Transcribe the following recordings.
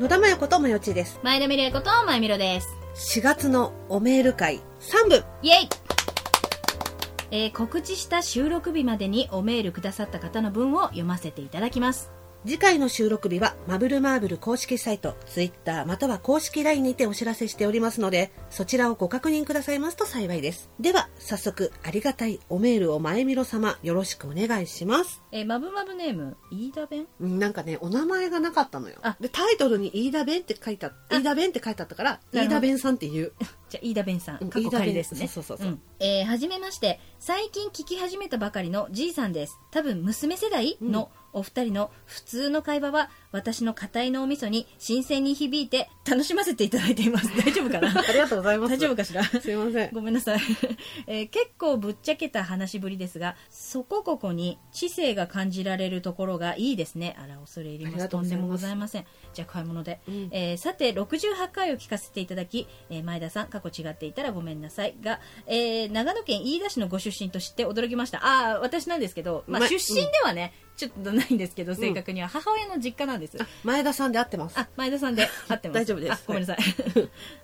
野田真代ことまよちです。前田美玲子と前みろです。 4月のおメール会3部。イエイえー告知した収録日までにおメールくださった方の文を読ませていただきます。次回の収録日は、マブルマーブル公式サイト、Twitter または公式 LINE にてお知らせしておりますので、そちらをご確認くださいますと幸いです。では、早速、ありがたいおメールを前みろ様、よろしくお願いします。えーマブマブネーム、飯田弁うんなんかね、お名前がなかったのよあ。で、タイトルに飯田弁って書いてあった、飯田弁って書いてあったから、飯なるほど田弁さんっていう。じゃあ、飯田弁さうんん、過去仮です飯田ね。弁そうそうそうそうんえーはじめまして、最近聞き始めたばかりのじいさんです。多分、娘世代のお二人の普通の会話は、私の固い脳みそに新鮮に響いて、楽しませていただいています。大丈夫かな ありがとうございます。大丈夫かしらすいません。ごめんなさい、 えー結構ぶっちゃけた話ぶりですがそこここに知性が感じられるところがいいですねあら恐れ入りあまりすがととうごんざいますでもございませんじゃあ買い物で、うんえーさて68回を聞かせていただき、えー前田さん過去違っていたらごめんなさいが、えー長野県飯田市のご出身と知って驚きましたああ私なんですけど、まあ、ま出身ではね、ちょっとないんですけど正確には母親の実家なんです、あ前田さんで合ってます。あ、前田さん で合ってます。大丈夫ですあ、ごめ んなさい。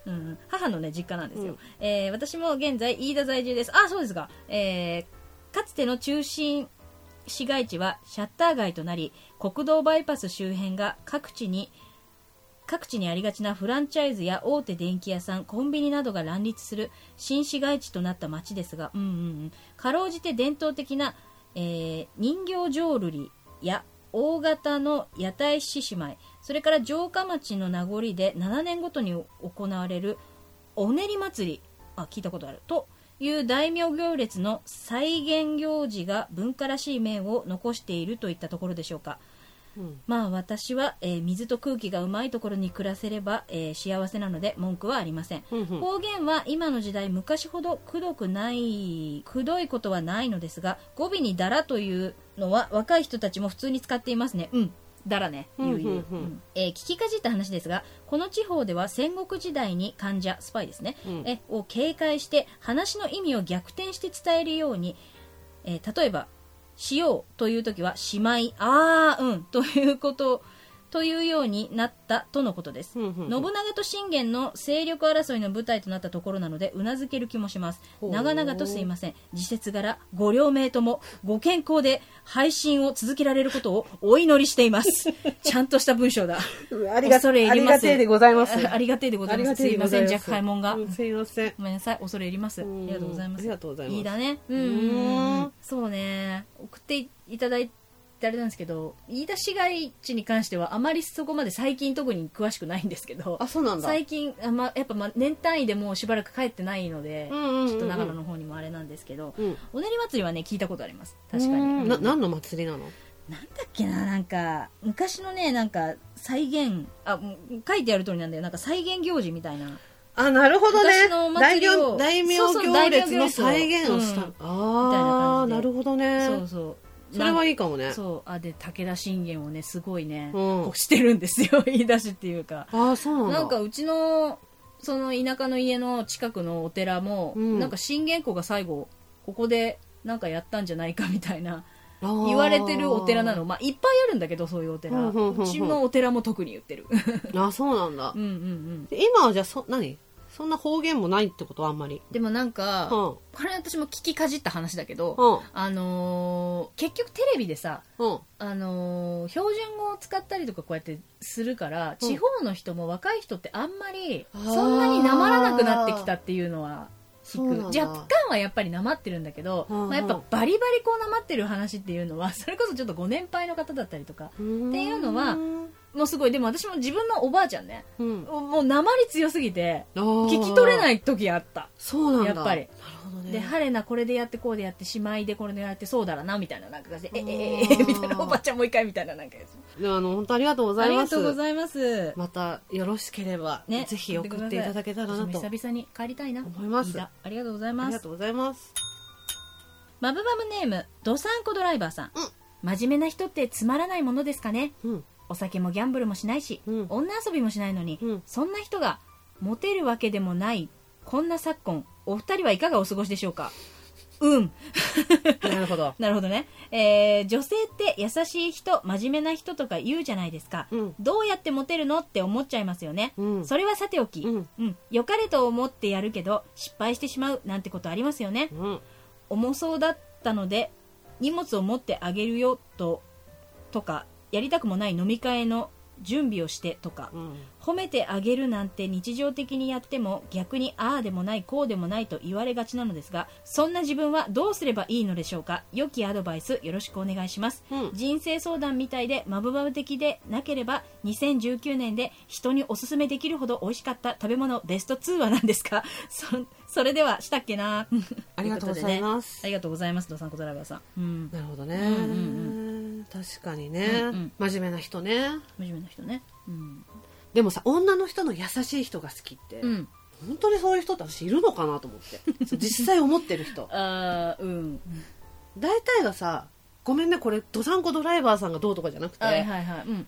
うん、母のね、実家なんですよ。えー私も現在、飯田在住です。あ、そうですか。えーかつての中心市街地はシャッター街となり、国道バイパス周辺が各地に各地にありがちなフランチャイズや大手電気屋さんコンビニなどが乱立する新市街地となった町ですが、うんうんうん、かろうじて伝統的な、えー人形浄瑠璃や大型の屋台獅子舞それから城下町の名残で7年ごとに行われるおねり祭りあ聞いたことあるという大名行列の再現行事が文化らしい面を残しているといったところでしょうか。うんまあ私は、えー水と空気がうまいところに暮らせれば、えー幸せなので文句はありません、うんうん方言は今の時代昔ほどくどくないくどいことはないのですが語尾に「だら」というのは若い人たちも普通に使っていますねうんだらね言う言ううんうんうんうんえー聞きかじった話ですがこの地方では戦国時代に患者スパイですね、うんえを警戒して話の意味を逆転して伝えるようにえー例えば「しよう」という時は「しまい」「ああうん」ということというようになったとのことです、うんうんうん信長と信玄の勢力争いの舞台となったところなのでうなずける気もしますほう長々とすいません自節柄ご両名ともご健康で配信を続けられることをお祈りしています ちゃんとした文章だありが恐れ入りまありがすてえでございます。あありがてえでございますありがてえでござすいません若干門がうんすいません。ごめんなさい恐れ入りますあうんりがとうございますありがとうございますいいだねうんううんんそうね送っていただいてあれなんですけど飯田市街地に関してはあまりそこまで最近特に詳しくないんですけどあ、そうなんだ。最近あ、ま、やっぱ、ま、年単位でもうしばらく帰ってないので、うんうんうんうんちょっと長野の方にもあれなんですけど、うんおねり祭りはね聞いたことあります確かにうんな、ななんだっ何の祭りなのけななんか昔のねなんか再現あもう書いてある通りなんだよなんか再現行事みたいなあ、なるほどね昔のお。大祭りを行大名そうそう行列の再大名現行列ををした。あうんあ、みたいな感じでなるほどね。そうそうそれはいいいかもね。そうあで武田信玄をねすごいね、うん推してるんですよ 言い出しっていうかああ、そうなんだ。なんかうちのその田舎の家の近くのお寺も、うんなんか信玄公が最後ここでなんかやったんじゃないかみたいなあー言われてるお寺なの。まあいっぱいあるんだけどそういうお寺、ううんうんうんうんちのお寺も特に言ってるあ、 そうなんだう。んうんうんで今はじゃあ、そ、何そんな方言もないってことあんまり。でもなんか、うん。これ私も聞きかじった話だけど、うん。あのー結局テレビでさうん。あのー標準語を使ったりとかこうやってするから、うん地方の人も若い人ってあんまりあーそんなになまらなくなってきたっていうのはそうなん聞くだ若干はやっぱりなまってるんだけど、うんうんまあ、やっぱバリバリこうなまってる話っていうのは それこそちょっとご年配の方だったりとかっていうのはもうすごいでも私も自分のおばあちゃんねうん。もうなまり強すぎて聞聞。き取れないい時あった。そうなんだ。やっぱりなるほどね。で、ハレナこれでやってこうでやってしまいでこれでやってそうだらなみたいななんか感じでえうえんええええみたいなおばあちゃんもう一回みたいななんかやつであの本当ありがとうござあいりまがす。とうございますまたよろしければ、ねぜひ送っていただけたらな私もと久々に帰りたいな思います。飯田あありがとうございまりすがとうございます。マブマブネームドサンコドライバーさん、真面目な人ってつまらないものですかねうん、お酒もギャンブルもしないし、うん女遊びもしないのに、うんそんな人がモテるわけでもないこんな昨今お二人はいかがお過ごしでしょうかうん。なるほど。なるほどね。えー女性って優しい人、真面目な人とか言うじゃないですか。うんどうやってモテるのって思っちゃいますよね。うんそれはさておき、うん良かれと思ってやるけど、失敗してしまうなんてことありますよね。うん。重そうだったので、荷物を持ってあげるよと、とか、やりたくもない飲み会の準備をしてとか、うん。褒めてあげるなんて日常的にやっても逆にああでもないこうでもないと言われがちなのですがそんな自分はどうすればいいのでしょうか良きアドバイスよろしくお願いします、うん人生相談みたいでまぶまぶ的でなければ2019年で人におすすめできるほど美味しかった食べ物ベスト2は何ですか そそれではしたっけな ありがとうございますということでねありがとうございますドサンコドライバーさん、うん、なるほどね、うんうん確かにね、うんうん真面目な人ね真面目な人ねうん、でもさ女の人の優しい人が好きって、うん、本当にそういう人って私いるのかなと思ってそう実際思ってる人あーうん大体がさごめんねこれどさんこドライバーさんがどうとかじゃなくて、はいはいはい、うん、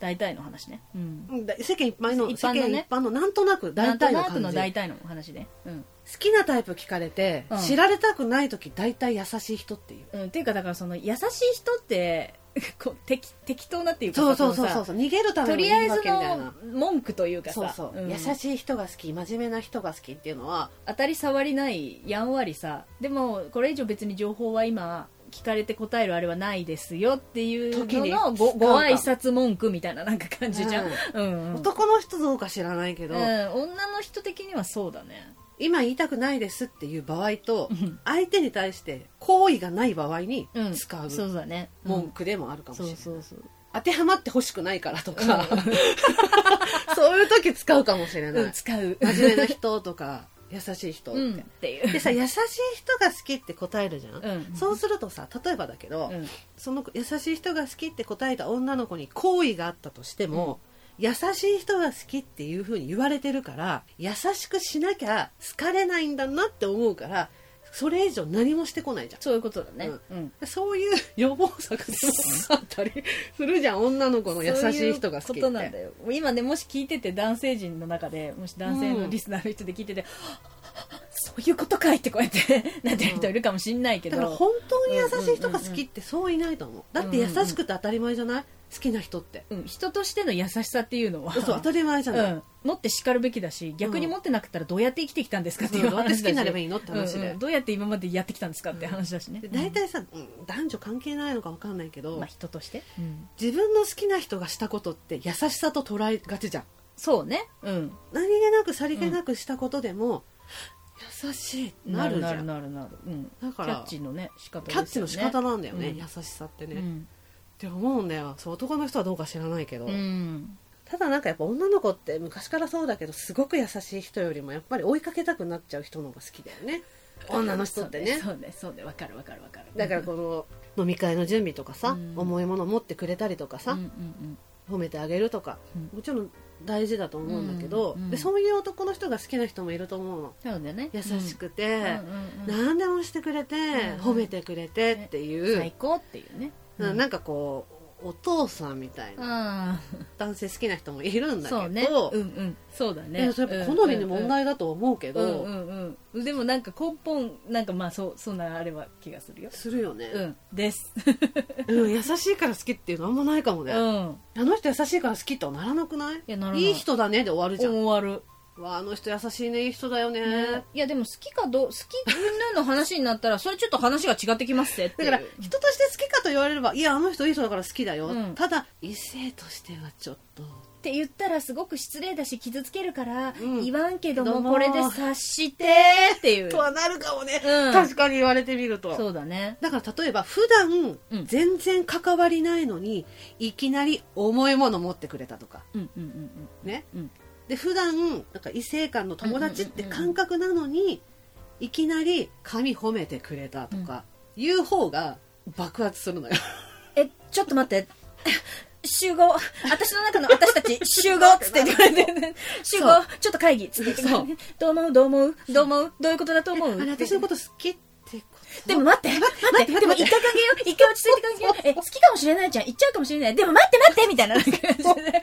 大体の話ね、うん、うんだ世間一般の一般のね世間一般のなんとなく大体のなんとなくの感じ大体の話で、うん好きなタイプ聞かれて、うん知られたくない時大体優しい人っていううん、っていうかだからその優しい人って こう適適当なっていうかそうそうそそうのそうさそう逃げるためとの言りいあえ訳みずたいなの文句というかそうさそう、ん優しい人が好き真面目な人が好きっていうのは当たり障りないやんわりさでもこれ以上別に情報は今聞かれて答えるあれはないですよっていう時にののごご挨拶文句みたいななんか感じじゃん、うんうん男の人どうか知らないけど、うん女の人的にはそうだね今言いたくないですっていう場合とうん相手に対して好意がない場合にうん使そううだねうん文句でもあるかもしそれなうい、そうそう当てはまってほしくないからとか、 そういう時使うかもしれない、うん、使う真面目な人とか優しい人って、うん、っていうでさ優しい人が好きって答えるじゃん、うんそうするとさ例えばだけど、うんその優しい人が好きって答えた女の子に好意があったとしても、優しい人が好きっていうふうに言われてるから優しくしなきゃ好かれないんだなって思うからそれ以上何もしてこないじゃんそういうことだね、ううんそういう予防策でもあったりするじゃん女の子の優しい人が好きってそういうことなんだよ今ねもし聞いてて男性陣の中でもし男性のリスナーの人で聞いてて、そういうことかいってこうやって なってる人いるかもしんないけだど、から本当に優しい人が好きってそういないと思うだって優しくて当たり前じゃない好きな人ってうん、人としての優しさっていうのはそう当たり前じゃうない、ん、持って叱るべきだし逆に持ってなかったらどうやって生きてきたんですかっていううんどうやって話好だし、きになればいいのって話でうんうんどうやって今までやってきたんですかって話だしね、で大体さ、うん男女関係ないのか分かんないけど、まあ、人として、自分の好きな人がしたことって優しさと捉えがちじゃんそうね、うん、何気なくさりげなくしたことでも、優しいってなるじゃんなるなるなる、うん、だからキャッチのね仕方ですキよャねッチの仕方なんだよね、うん優しさってね、うっんて思うんだよそう男の人はどうか知らないけど、うんただなんかやっぱ女の子って昔からそうだけどすごく優しい人よりもやっぱり追いかけたくなっちゃう人の方が好きだよね女の人ってねそうねそうねわかるわかるわかるだからこの飲み会の準備とかさ、うん重いもの持ってくれたりとかさ、うんうん褒めてあげるとか、うんもちろん大事だと思うんだけど、うんうんでそういう男の人が好きな人もいると思うのうんそうだよね優しくうんてう、んうん何でもしてくれて、ん褒めてくれてっていう、最高っていうねうんなんかこうお父さんみたいなあ男性好きな人もいるんあだそうけねど、うんうんそうだいねやそれやっぱ好みの問題だと思うけうど、んうんうんうんでもなんか根本なんかまあそうそんなあれは気がするよするよね、うんですうん優しいから好きっていうのあんまないかもうね、んあの人優しいから好きとはならなくないいやならないい人だねで終わるじゃん、終わるわああの人優しいねいい人だよねねいやでも好きかどう好き云々の話になったらそれちょっと話が違ってきますってだから人として好きかと言われればいやあの人いい人だから好きだよ、うんただ異性としてはちょっとって言ったらすごく失礼だし傷つけるからうん言わんけどどうももこれで察してっていうとはなるかもね、うん確かに言われてみるとそうだねだから例えば普段うん全然関わりないのにいきなり重いもの持ってくれたとかうんうんうんねうんうんで普段なんか異性間の友達ってうんうんうん感覚なのにいきなり髪褒めてくれたとかいう方が爆発するの よえちょっと待って集合私の中の私たち集合っつって言われてね集合ちょっと会議っつってそうどう思うどう思うどう思うどういうことだと思あうれ私のこと好きってことでも待って待って待ってでも待一って回考えよう一回落ち着いて 考えようえ好きかもしれないじゃん言っちゃうかもしれないでも待って待ってみたいななんか感じでね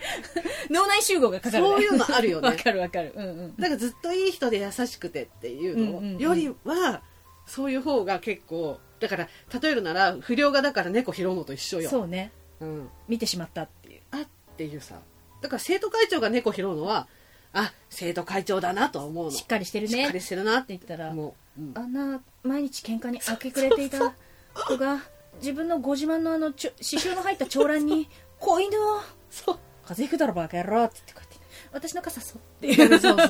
脳内集合がかかるねそういうのあるよねわかるわかるうんうんだからずっといい人で優しくてっていうのうんうんうんよりは、そういう方が結構だから例えるなら不良がだから猫拾うのと一緒よそうねうん、見てしまったっていうあっていうさだから生徒会長が猫拾うのはあ生徒会長だなとは思うのしっかりしてるしっねっかりてしてるなって言ったらもう、うんあんな毎日喧嘩に明け暮れていた子が自分のご自慢のあのちょ刺繍の入った長 蘭に「子犬をそう風邪ひくだろバカ野郎」って言ってこうやって「私の傘そ」ってそいうそうう そ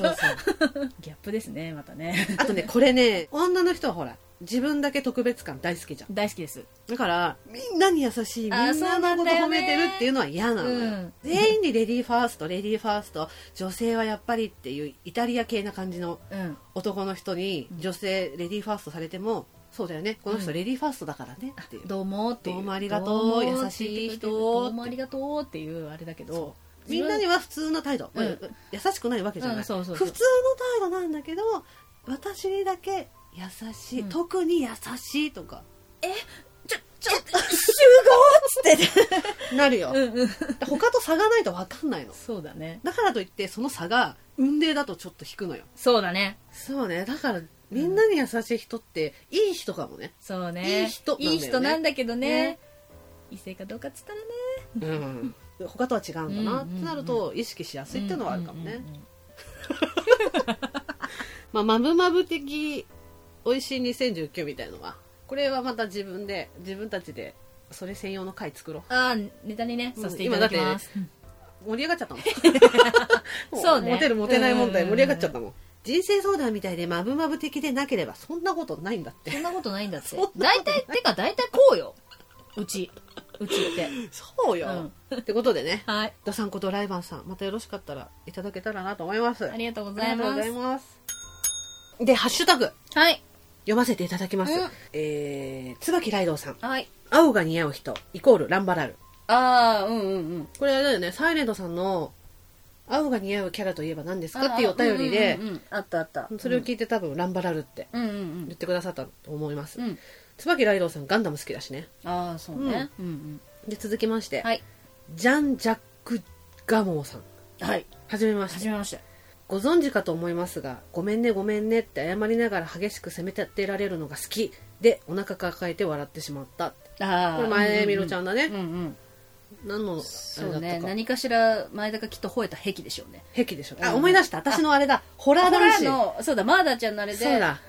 うギャップですねまたねあとねこれね女の人はほら自分だけ特別感大好きじゃん大好きですだからみんなに優しいみんなあーのそうなんことだよ褒ねめてるっていうのは嫌なのよ、うん全員にレディーファーストレディーファースト女性はやっぱりっていうイタリア系な感じのうん男の人に女性レディーファーストされてもそうだよねこの人レディーファーストだからねっていう、どうもっていうどうもありがとうども優しい人どうもありがとうっていうあれだけそどみんなには普通の態度、うんまあ優しくないわけじゃない、うんそうそうそう普通の態度なんだけど私にだけ優しい、うん特に優しいとかちょちょ集合っつってなるよ、うんうん他と差がないと分かんないのそうだねだからといってその差が運命だとちょっと引くのよそうだねそうねだからみんなに優しい人っていい人かもね、そうねいい人なんだよねいい人なんだけどねね異性かどうかっつったらねうん、他とは違うんだなうっんうんうんてなると意識しやすいっていうのはあるかもね、うんうんうんまあ、まぶまぶ的美味しい2019みたいのはこれはまた自分で自分たちでそれ専用の回作ろああネタにねうんさせていただきますう盛り上がっちゃ ったもんもそうねモテるモテない問題うん盛り上がっちゃったもん人生相談みたいでまぶまぶ的でなければそんなことないんだっそてんなことないんだってそんなことない大体てか大体こうようちうちってそうよ、ってことでねはいダさんことライバンさんまたよろしかったらいただけたらなと思いますありがとうござありいがとうまござすいますでハッシュタグはい読ませていただきます、うんえー、椿ライドウさんはい青が似合う人イコールランバラルああうんうんうんこれあれだよねサイレントさんの「青が似合うキャラといえば何ですか?」っていうお便りで、うんうんうんあったあったそれを聞いて多分ランバラルってうんうん言ってくださったと思います、うんうん椿ライドウさんガンダム好きだしねああそうねうんうんで続きまして、はいジャン・ジャック・ガモーさんはいはじめましはてじめましてご存知かと思いますが「ごめんねごめんね」って謝りながら激しく責め立てられるのが好きでお腹抱えて笑ってしまったああこれ前みろちゃんんだね、うんうん何のあれだったそうか、ね何かしら前田がきっと吠えた癖でしょうね壁でしょあ、うん思い出した私のあれだホラー男ホ子ラーのそうだマーダーちゃんのあれでそうだ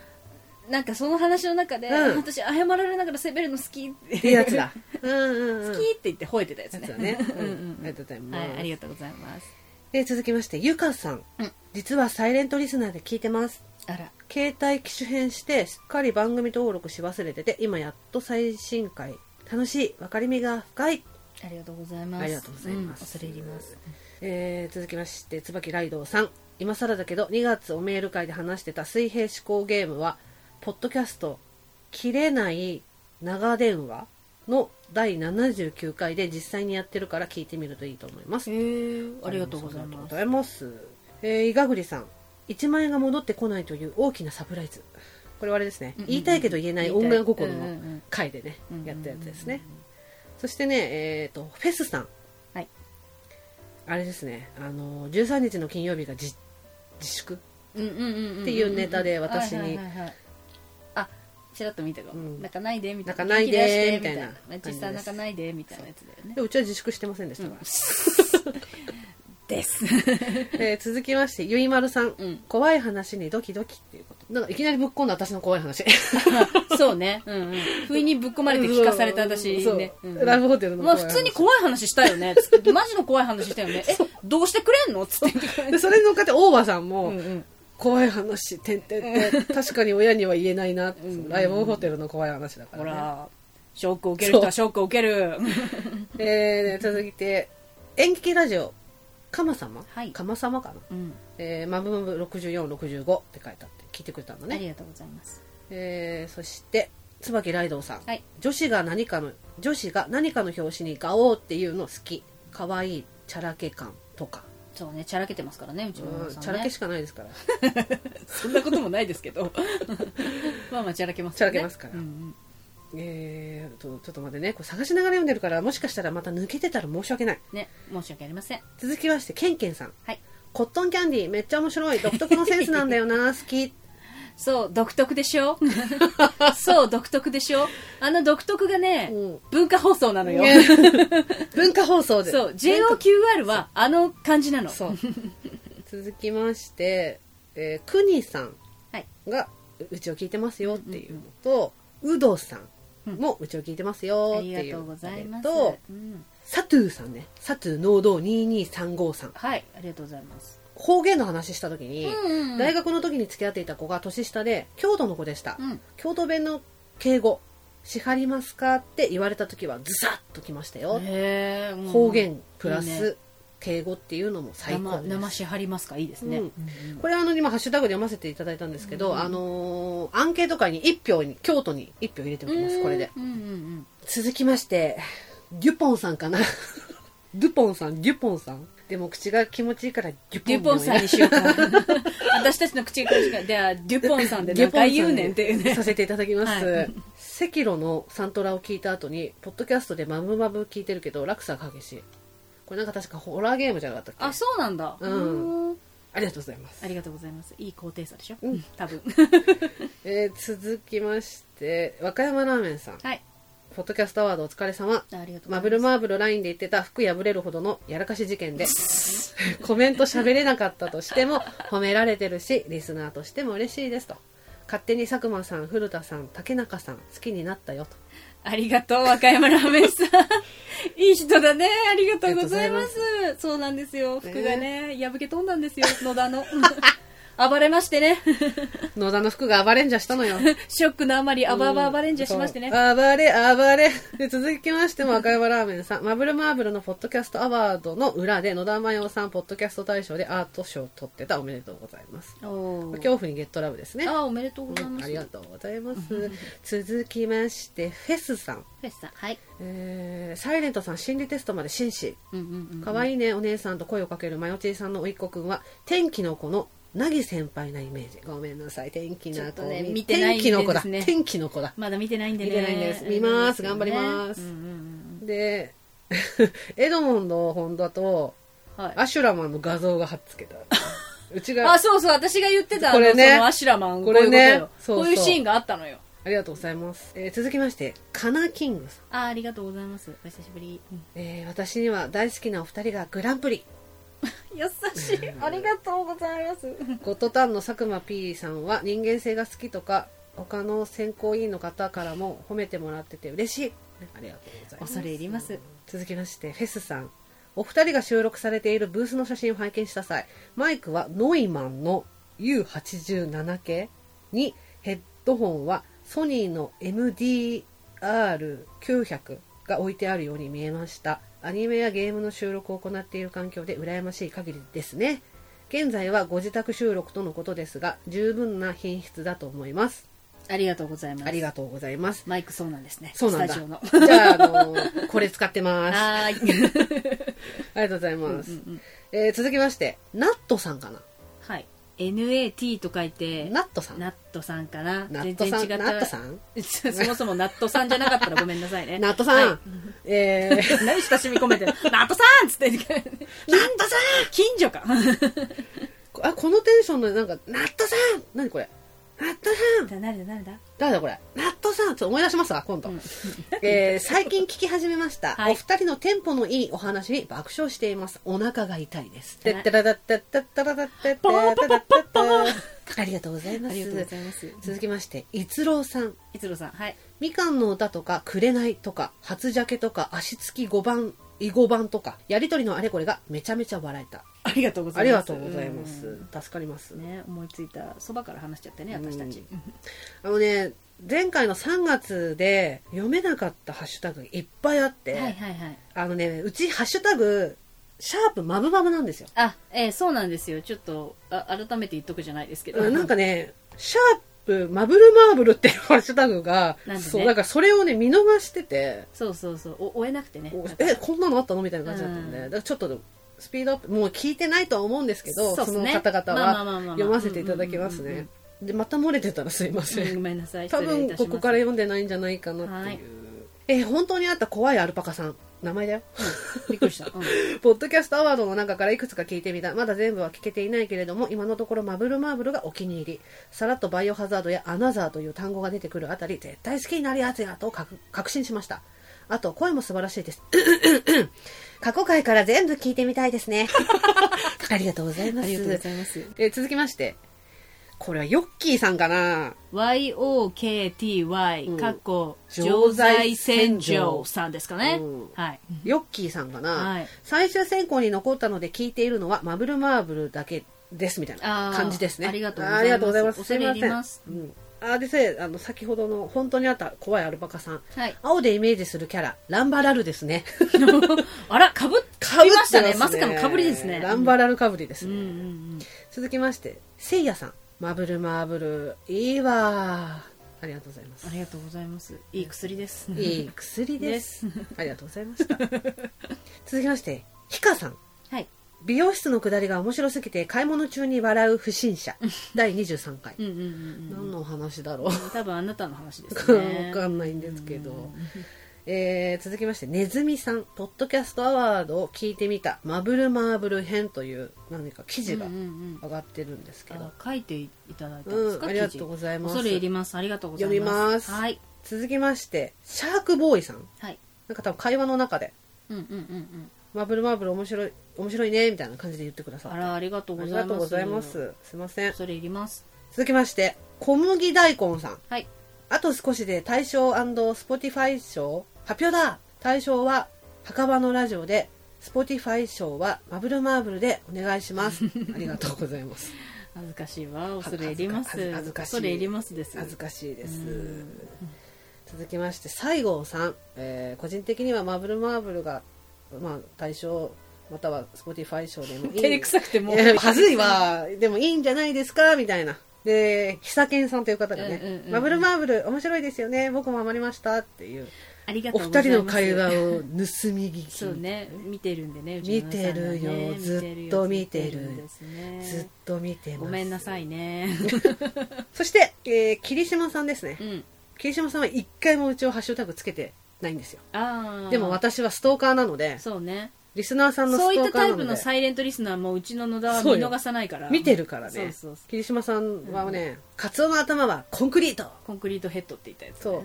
なんかその話の中で、うん私謝られながら攻めるの好きってってやつ だ。うんうん、うん。好きって言って吠えてたやつやねつだね。うんうんありがとうございうんはまいす。ありがとうございますで、続きまして、ゆかさん,、うん実はサイレントリスナーで聞いてます。あら携帯機種変して、すっかり番組登録し忘れてて、今やっと最新回。楽しい。分かりみが深い。ありがとうございますありがとうございますん恐れ入りますえー続きまして、椿ライドウさん。今更だけど、2月おメール会で話してた水平思考ゲームは、ポッドキャスト、切れない長電話の第79回で実際にやってるから聞いてみるといいと思います。へえありがとうございありがとうまごすざいます。えー、伊賀栗さん。1万円が戻ってこないという大きなサプライズ。これはあれですね。うんうんうん言いたいけど言えない女心うんうのん回でねうん、やったやつですね。そしてね、えっ、と、フェスさん。はい。あれですね、あの、13日の金曜日がじ自粛。うんうんうんうんっていうネタで私にはいはいはいはいあちらっと見たかうん泣かないでみたいな泣かないで元気出してみたいな実際泣かないでみたいなやつだよねで、うちは自粛してませんでしたから。ですえー続きまして、ゆいまるさん,、うん怖い話にドキドキっていうこと。なんかいきなりぶっ込んだ私の怖い話。 そうね、うんうん、不意にぶっ込まれて聞かされた私 そうね、うんうんラブホテルのまあ怖い普話通に怖い話したよねつってマジの怖い話したよ ねえどうしてくれんのつってでそれに乗っかって大場さんも、 うんうん怖い話てんてんてん確かに親には言えないなってうんライブホテルの怖い話だかほら、ねらショック受ける人はショック受ける えー続いて演劇ラジオ「かまさま」はいかまさま」かなうん「えー、まぶまぶ6465」って書いてあって聞いてくれたんだあね、りがとうございますえーそして椿ライドウさん、はい女子が何かの女子が何かの表紙に「ガオー」っていうの好きかわいいチャラけ感とか、そうねチャラけてますからねうちのうおん父チャさんラけねしかないですから そんなこともないですけど まあまあチャラけますチャラけますからうんうんえー、とちょっと待ってねこれ探しながら読んでるからもしかしたらまた抜けてたら申し訳ないね申し訳ありません続きましてケンケンさんはい コットンキャンディーめっちゃ面白い独特のセンスなんだよな好きそう独特で しょそう独特でしょあの独特がね、うん文化放送なのよ、ね 文化放送で そう JOQR はあの感じなのそう 続きまして、えー、くにさんはいがううちを聞いてますよっていうのと、うどさんもうちを聞いてますよあってりいがうとうございます、とうんサトゥーさんねサトゥー農道2235さんはいありがとうございます、方言の話した時に、うんうん大学の時に付き合っていた子が年下で郷土の子でした、うん郷土弁の敬語「しはりますか?」って言われた時はズサッときましたよ、へーうん方言プラいいスね敬語っていうのも最高生です生しはりますかいいですね、うんうんうんこれあの今ハッシュタグで読ませていただいたんですけど、うんあのーアンケート会に1票に京都に1票入れておきますこれでうんうんうん続きましてデュポンさんかな デュポンさんデュポンさんでも口が気持ちいいからデュポンデュポンさんにしようか 私たちの口が苦しくないではデュポンさんで何回言うねんっていうねさせていただきます、はセキロのサントラを聞いた後にポッドキャストでマブマブ聞いてるけど落差が激しいこれなんか確かホラーゲームじゃなかったっけあそうなんだうんうんありがとうございますありがとうございますいい高低差でしょ、うん多 分えー続きまして和歌山ラーメンさんはいポッドキャストアワードお疲れ様ありがとうございますマブルマーブルラインで言ってた服破れるほどのやらかし事件で コメント喋れなかったとしても褒められてるしリスナーとしても嬉しいですと勝手に佐久間さん古田さん竹中さん好きになったよとありがとう和歌山ラーメン さんいい人だねありがとうございますそうなんですよ服がね破け飛んだんですよ野田の 暴れましてね 野田の服が暴れんじゃしたのよショックのあまりあばばばレンジャーしましてねそう暴れ暴れで続きましても赤山ラーメンさんマブルマーブルのポッドキャストアワードの裏で野田真世さんポッドキャスト大賞でアート賞を取ってたおめでとうございますおー恐怖にゲットラブですねあおめでとうございます、ありがとうございます。続きまして、フェスさん。フェスさんはいえーサイレントさん心理テストまで紳士。うんうんうんかわいいね、お姉さんと声をかけるマヨチーさんのおいっ子くんは、天気の子のなぎ先輩なイメージ。ごめんなさい、天気ちょのっ子とね見見てないん天気での子だ。ですね天気の子だ。まだ見てないんでね見てないんです見ます頑張りますうんうんで、 エドモンド・ホンダと、うんはいアシュラマンの画像が貼っつけた。うちが、ああそうそう私が言ってたこれねあのそのアシュラマンこれねこういうことよそうそうこういうシーンがあったのよりがとうございます。えー続きまして、カナ・キングさん。あありがとうございますお久しぶり、えー私には大好きなお二人がグランプリ。優しいありがとうございますゴッドタンの佐久間 P さんは人間性が好きとか他の選考委員の方からも褒めてもらってて嬉しいありがとうございます恐れ入ります続きましてフェスさんお二人が収録されているブースの写真を拝見した際マイクはノイマンの U87 系にヘッドホンはソニーの MDR900 が置いてあるように見えましたアニメやゲームの収録を行っている環境で羨ましい限りですね現在はご自宅収録とのことですが十分な品質だと思いますありがとうございますありがとうございますマイクそうなんですねそうなんだスタジオ のじゃあ、あのこれ使ってますはー いありがとうございます。うんうんうんえー続きまして、ナットさんかな。はい NAT と書いてナットさん。ナナットさんかなッ全ト然さ違ん。ったナットさん。 そもそもナットさんじゃなかったらごめんなさいねナットさん。はいえー何親しみ込めて るナットさんっつ って。ナットさん近所か。こあ、このテンションの、なんか、ナットさん何これナットさん誰だ誰だ 誰だこれナットさんちょっと思い出しますわ、今度。えー最近聞き始めました。はいお二人のテンポのいいお話に爆笑しています。お腹が痛いです。はていってらだってってったらだってってらだってってありがとうございまありがとうごすざ。います。続きまして、逸郎さん。いつろさん、はい。みかんの歌とか、くれないとか、初ジャケとか、足つき5番、囲碁版とか、やりとりのあれこれがめちゃめちゃ笑えた。ありがとうごありがとうございます。助かりますうん。ね、思いついたそばから話しちゃってね、私たち。あのね、前回の3月で読めなかったハッシュタグいっぱいあって、はいはいはい。あのね、うちハッシュタグ、シャープマブマブなんですよ。あ、えーそうなんですよ。ちょっと、あ改めて言っとくじゃないですけど。うんなんかね、シャープマブルマーブルっていうハッシュタグが、なんでねそう、だからそれをね、見逃してて、そうそうそう。お追えなくてね。おなんかえこんなのあったのみたいな感じだったんで、うんだからちょっとスピードアップもう聞いてないとは思うんですけどそそうっすのね方々まあまあまあまはあまあ読ませていただきますうんうんうんねでまた漏れてたらすいませうんんごめんなさい。多失礼い分たしこますこから読んでないんじゃないかなっていう、え本当にあった怖いアルパカさん名前だよ。びっくりした。うんポッドキャストアワードの中からいくつか聞いてみた。まだ全部は聞けていないけれども、今のところマブルマーブルがお気に入り。さらっとバイオハザードやアナザーという単語が出てくるあたり、絶対好きになるやつやと確確信しました。あと、声も素晴らしいです。 過去回から全部聞いてみたいです ね。ありがとうございまあす。りがとうございます。えー続きまして。これはヨッキーさんかな YOKTY、うんかっこ常常在在戦戦場場さんですかね、うんはいヨッキーさんかな、はい最終選考に残ったので聞いているのはマブルマーブルだけですみたいなあー感じですね。ありがとうございますありがとうございます。恐れ入りますいません。うんあーでせあの先ほどの本当にあった怖いアルパカさん、はい青でイメージするキャラランバラルで すね あらかぶっかかりましたねまさかのかぶりですねランバラルかぶりですうんね、うんうん続きましてせいやさんマブルマーブルいいわーありがとうございますありがとうございます。いい薬です。いい薬です。ありがとうございま した。続きまして、ひかさん。はい美容室のくだりが面白すぎて買い物中に笑う不審者。第23回う。んうんうんうん。何のお話だろう。多分あなたの話ですね わ。かんないんですけど。えー続きまして、ねずみさん。ポッドキャストアワードを聞いてみた。マブルマーブル編という何か記事がうんうんうん上がってるんですけあど。書いていただいたんでうすん、か、ありがとうござい記事ます。恐れ入ります。ありがとうございます。読みますはい。続きまして、シャークボーイさん。はい。なんか多分会話の中で。うんうんうんうん。マーブルマーブル面白い面白いねみたいな感じで言ってくださっあてら、あありがとうごりざいがとます。うございま。すすいません恐れ入ります。続きまして小麦大根さんはい。あと少しで大賞スポティファイ賞発表だ大賞は墓場のラジオでスポティファイ賞はマブルマーブルでお願いし ますありがとうございます恥ずかしいわ。恐れ入ります。恥ずか恥ずかしい恐れ入りますです。恥ずかしいですうん続きまして西郷さん、えー個人的にはマブルマーブルが、まあ、大賞またはスポティファイ賞でもいい照れくさくてもういやはずいわでもいいんじゃないですかみたいなで久健さんという方がね、うんうんうんうんマブルマーブル面白いですよね僕もハマりましたっていうありがとおうござ二います。人の会話を盗み聞きそうね、見てるんでね、う見ちのてるよ皆さんがねずっと見てる見んですねずっと見てますごめんなさいね。そして、えー霧島さんですねうん。霧島さんは一回もうちをハッシュタグつけてないんですよああ。でも私はストーカーなのでそうね。リスナーさんのスそトういっーたカータなイのプでのサイレントリスナーもうちの野田は見そうよ逃さないから。見てるからねそうそうそう霧島さんはね、カツオの頭はコンクリートコンクリートヘッドって言ったやつ、そ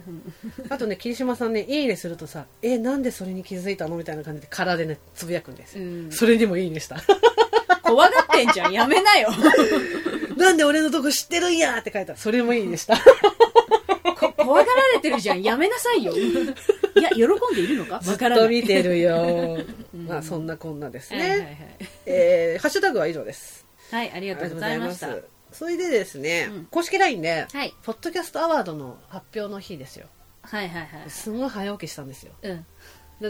うあとね霧島さんね「いいね」するとさ「えなんでそれに気づいたの?」みたいな感じで空でねつぶやくんですうよ、ん。それにも「いいね」した 怖がってんじゃん。やめ なよ。なんで俺のとこ知ってるんやって書いたそれも「いいね」したこ怖がられてるじゃん。やめなさ いよ。いや、喜んでいるのかわからずっなとい。見てるよ、うんまあそんなこんなですはいはいはね、い。えーハッシュタグは以上ですはい、ありがとうございましあたりが。とうございますそれでですね、うん公式 LINE で、はいポッドキャストアワードの発表の日ですよはいはいはい。すごい早起きしたんですようん。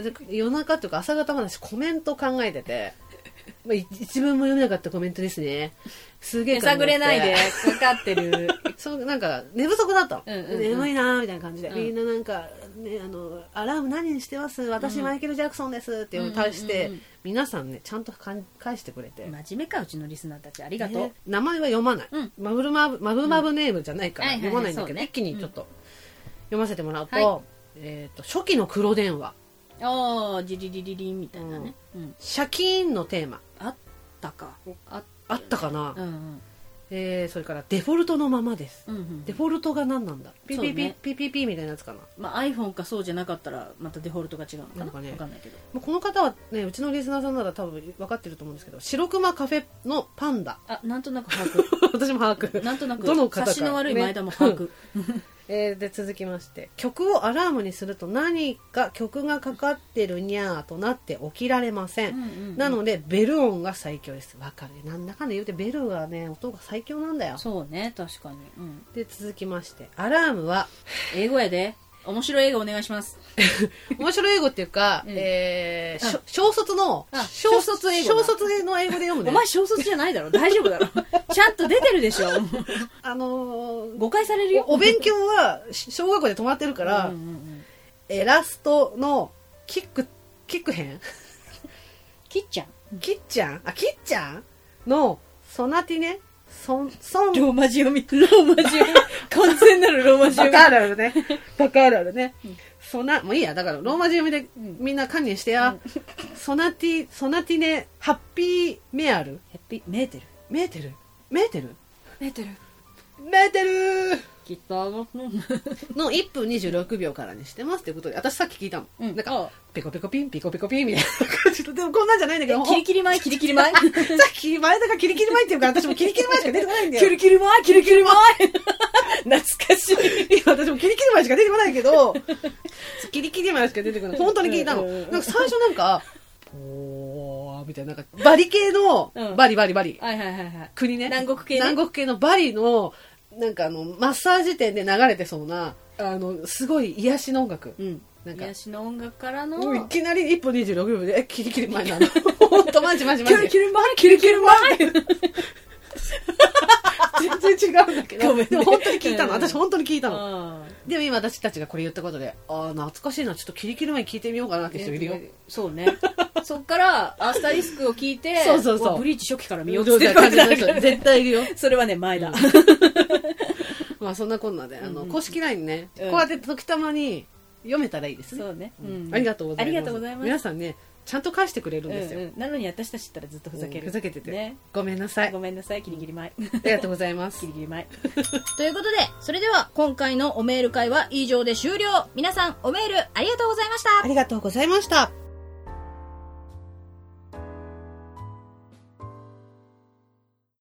だって夜中っていうか朝方まで私コメント考えて て、まあ、い一文も読めなかったコメントですねすげえ手考えて探れないで、かかってる。 そうなんか寝不足だったの、うんうんうん眠いなーみたいな感じで、うんみんななんか、ね、あのアラーム何にしてます私、マイケル・ジャクソンですっていうのに対して、うんうんうんうん皆さんねちゃんとかん返してくれて、真面目か、うちのリスナーたち。ありがとう。ね名前は読まない、うんマブルマブマブマブネームじゃないからうんはいはい読まないんだけど、そうね一気にちょっと読ませてもらうと,、はえー、と初期の黒電話ああジリリリリンみたいなね、うん、シャキーンのテーマあったかああったかな、うんうんえーそれからデフォルトのままです、うんうんデフォルトが何なんだピそピうピねピピピみたいなやつかなまあ、iPhone かそうじゃなかったらまたデフォルトが違うのかななんかねわかんないけどまあこの方はねうちのリスナーさんなら多分分かってると思うんですけど白熊カフェのパン ダあなんとなく把 握私も把握なんとなくどの方か察しの悪い前田も把ね 握、えーで続きまして曲をアラームにすると何か曲がかかってるにゃーとなって起きられません、うんうんうんなのでベル音が最強ですわかるなんだかんだ言うてベルがね音が最強なんだよそうね確かに、うん、で続きましてアラーム は英語やで面白い映画お願いします面白い英語っていうか、うんえーあしょ小卒のあ小小卒英語だ小卒の英語で読むねお前小卒じゃないだろ大丈夫 だろちゃんと出てるでしょあのー誤解されるよおお勉強はし小学校で止まってるから、うんうんうん、エラストのキックキック編キッちゃんキッちゃんあキッちゃんのソナティネソンソン ローマ字読みローマ字読み完全なるローマ字バ読カあみるあるね。バカあるあるね。そな、もういいや。だから、ローマ字読みでみんな観念してや。ソナティ、ソナティネ、ハッピーメアル。ヘッピーメーテルメーテルメーテルメーテルメーテルギターのの1分26秒からにしてますってことで、私さっき聞いたの。うんなんか、ピコピコピン、ピコピコピンみたいな感じで、でもこんなんじゃないんだけど、キリキリ前キリキリ前ほんさっき前田がキリキリ前って言うから、私もキリキリ前しか出てこないんだ キよ。リキリ前キリキリ前 懐かしいいや私もキリキリ前しか出てこないけど、キリキリ前しか出てこない。本当に聞いたの。うんうんなうんんか最初なんか、おーみたいな、なんか、バリ系のう、んバリバリバリ。はいはいはいはい国ね。南国系ね南国系のバリの、なんかあの、マッサージ店で流れてそうな、あの、すごい癒しの音楽。うんなんか癒しの音楽からのもういきなり1分26秒で、えキリキリ前なの。ほんと、マジマジマキリキジ。リ前キリキリ前 全然違うんだけど。ごめんねでも本当に聞いたの。うん私本当に聞いたの。あでも今私たちがこれ言ったことで、ああ、懐かしいな。ちょっとキリキリ前聞いてみようかなって人いるよ。そうねそっからアスタリスクを聞いてそうそうそうわブリーチ初期から見見ようよっつうっっててるわ感けじだのか人ら絶対いるよ。それはね前だまあそんなこんなで、あの、公式 LINE ね、うんこうやって時たまに読めたらいいですね。そうねうんありがとうございます。ありがとうございます皆さんね、ちゃんと返してくれるんですよ。うんうんなのに私たちったらずっとふざけうんるふざけてて、ねごめんなさい。ごめんなさいギリギリ前ありがとうございますギ。リギ リ前ということで、それでは今回のおメール会は以上で終了。皆さん、おメールありがとうございました。ありがとうございました。